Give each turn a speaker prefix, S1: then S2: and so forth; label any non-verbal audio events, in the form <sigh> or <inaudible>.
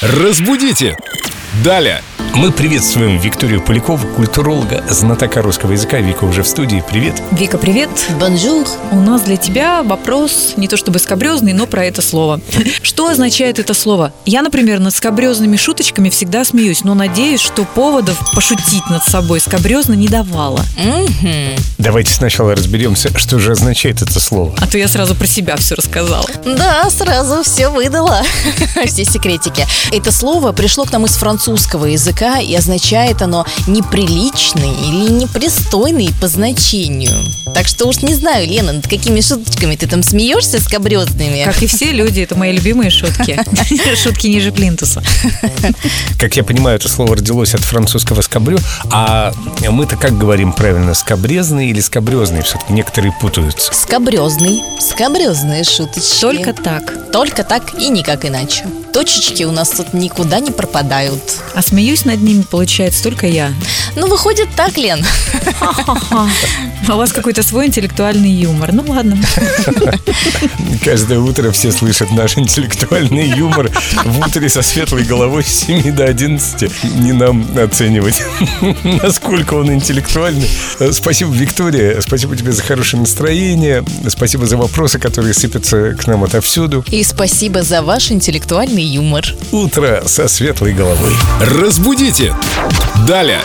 S1: Разбудите! Далее! Мы приветствуем Викторию Полякову, культуролога, знатока русского языка. Вика уже в студии. Привет.
S2: Вика, привет.
S3: Бонжур.
S2: У нас для тебя вопрос не то чтобы скобрезный, но про это слово. <laughs> Что означает это слово? Я, например, над скобрезными шуточками всегда смеюсь, но надеюсь, что поводов пошутить над собой скобрезно не давала.
S1: Давайте сначала разберемся, что же означает это слово.
S2: А то я сразу про себя все рассказала.
S3: Да, сразу все выдала. <laughs> Все секретики. Это слово пришло к нам из французского языка и означает оно неприличный или непристойный по значению. Так что уж не знаю, Лена, над какими шуточками ты там смеешься с кабрезными.
S2: Как и все люди, это мои любимые шутки. Шутки ниже плинтуса.
S1: Как я понимаю, это слово родилось от французского скабрю, а мы-то как говорим правильно, скабрезный или скабрезный? Все-таки некоторые путаются.
S3: Скабрезный, скабрезные шуточки.
S2: Только так.
S3: Только так и никак иначе. Точечки у нас тут никуда не пропадают.
S2: А смеюсь над ними, получается, только я.
S3: Ну, выходит так, Лен. <laughs>
S2: Ха-ха. А у вас какой-то свой интеллектуальный юмор. Ну ладно.
S1: Каждое утро все слышат наш интеллектуальный юмор в утре со светлой головой с 7 до 11. Не нам оценивать, <laughs> насколько он интеллектуальный. Э, Спасибо, Виктория. Спасибо тебе за хорошее настроение. Спасибо за вопросы, которые сыпятся к нам отовсюду.
S3: И спасибо за ваш интеллектуальный юмор.
S1: Утро со светлой головой.
S4: Разбудите! Далее!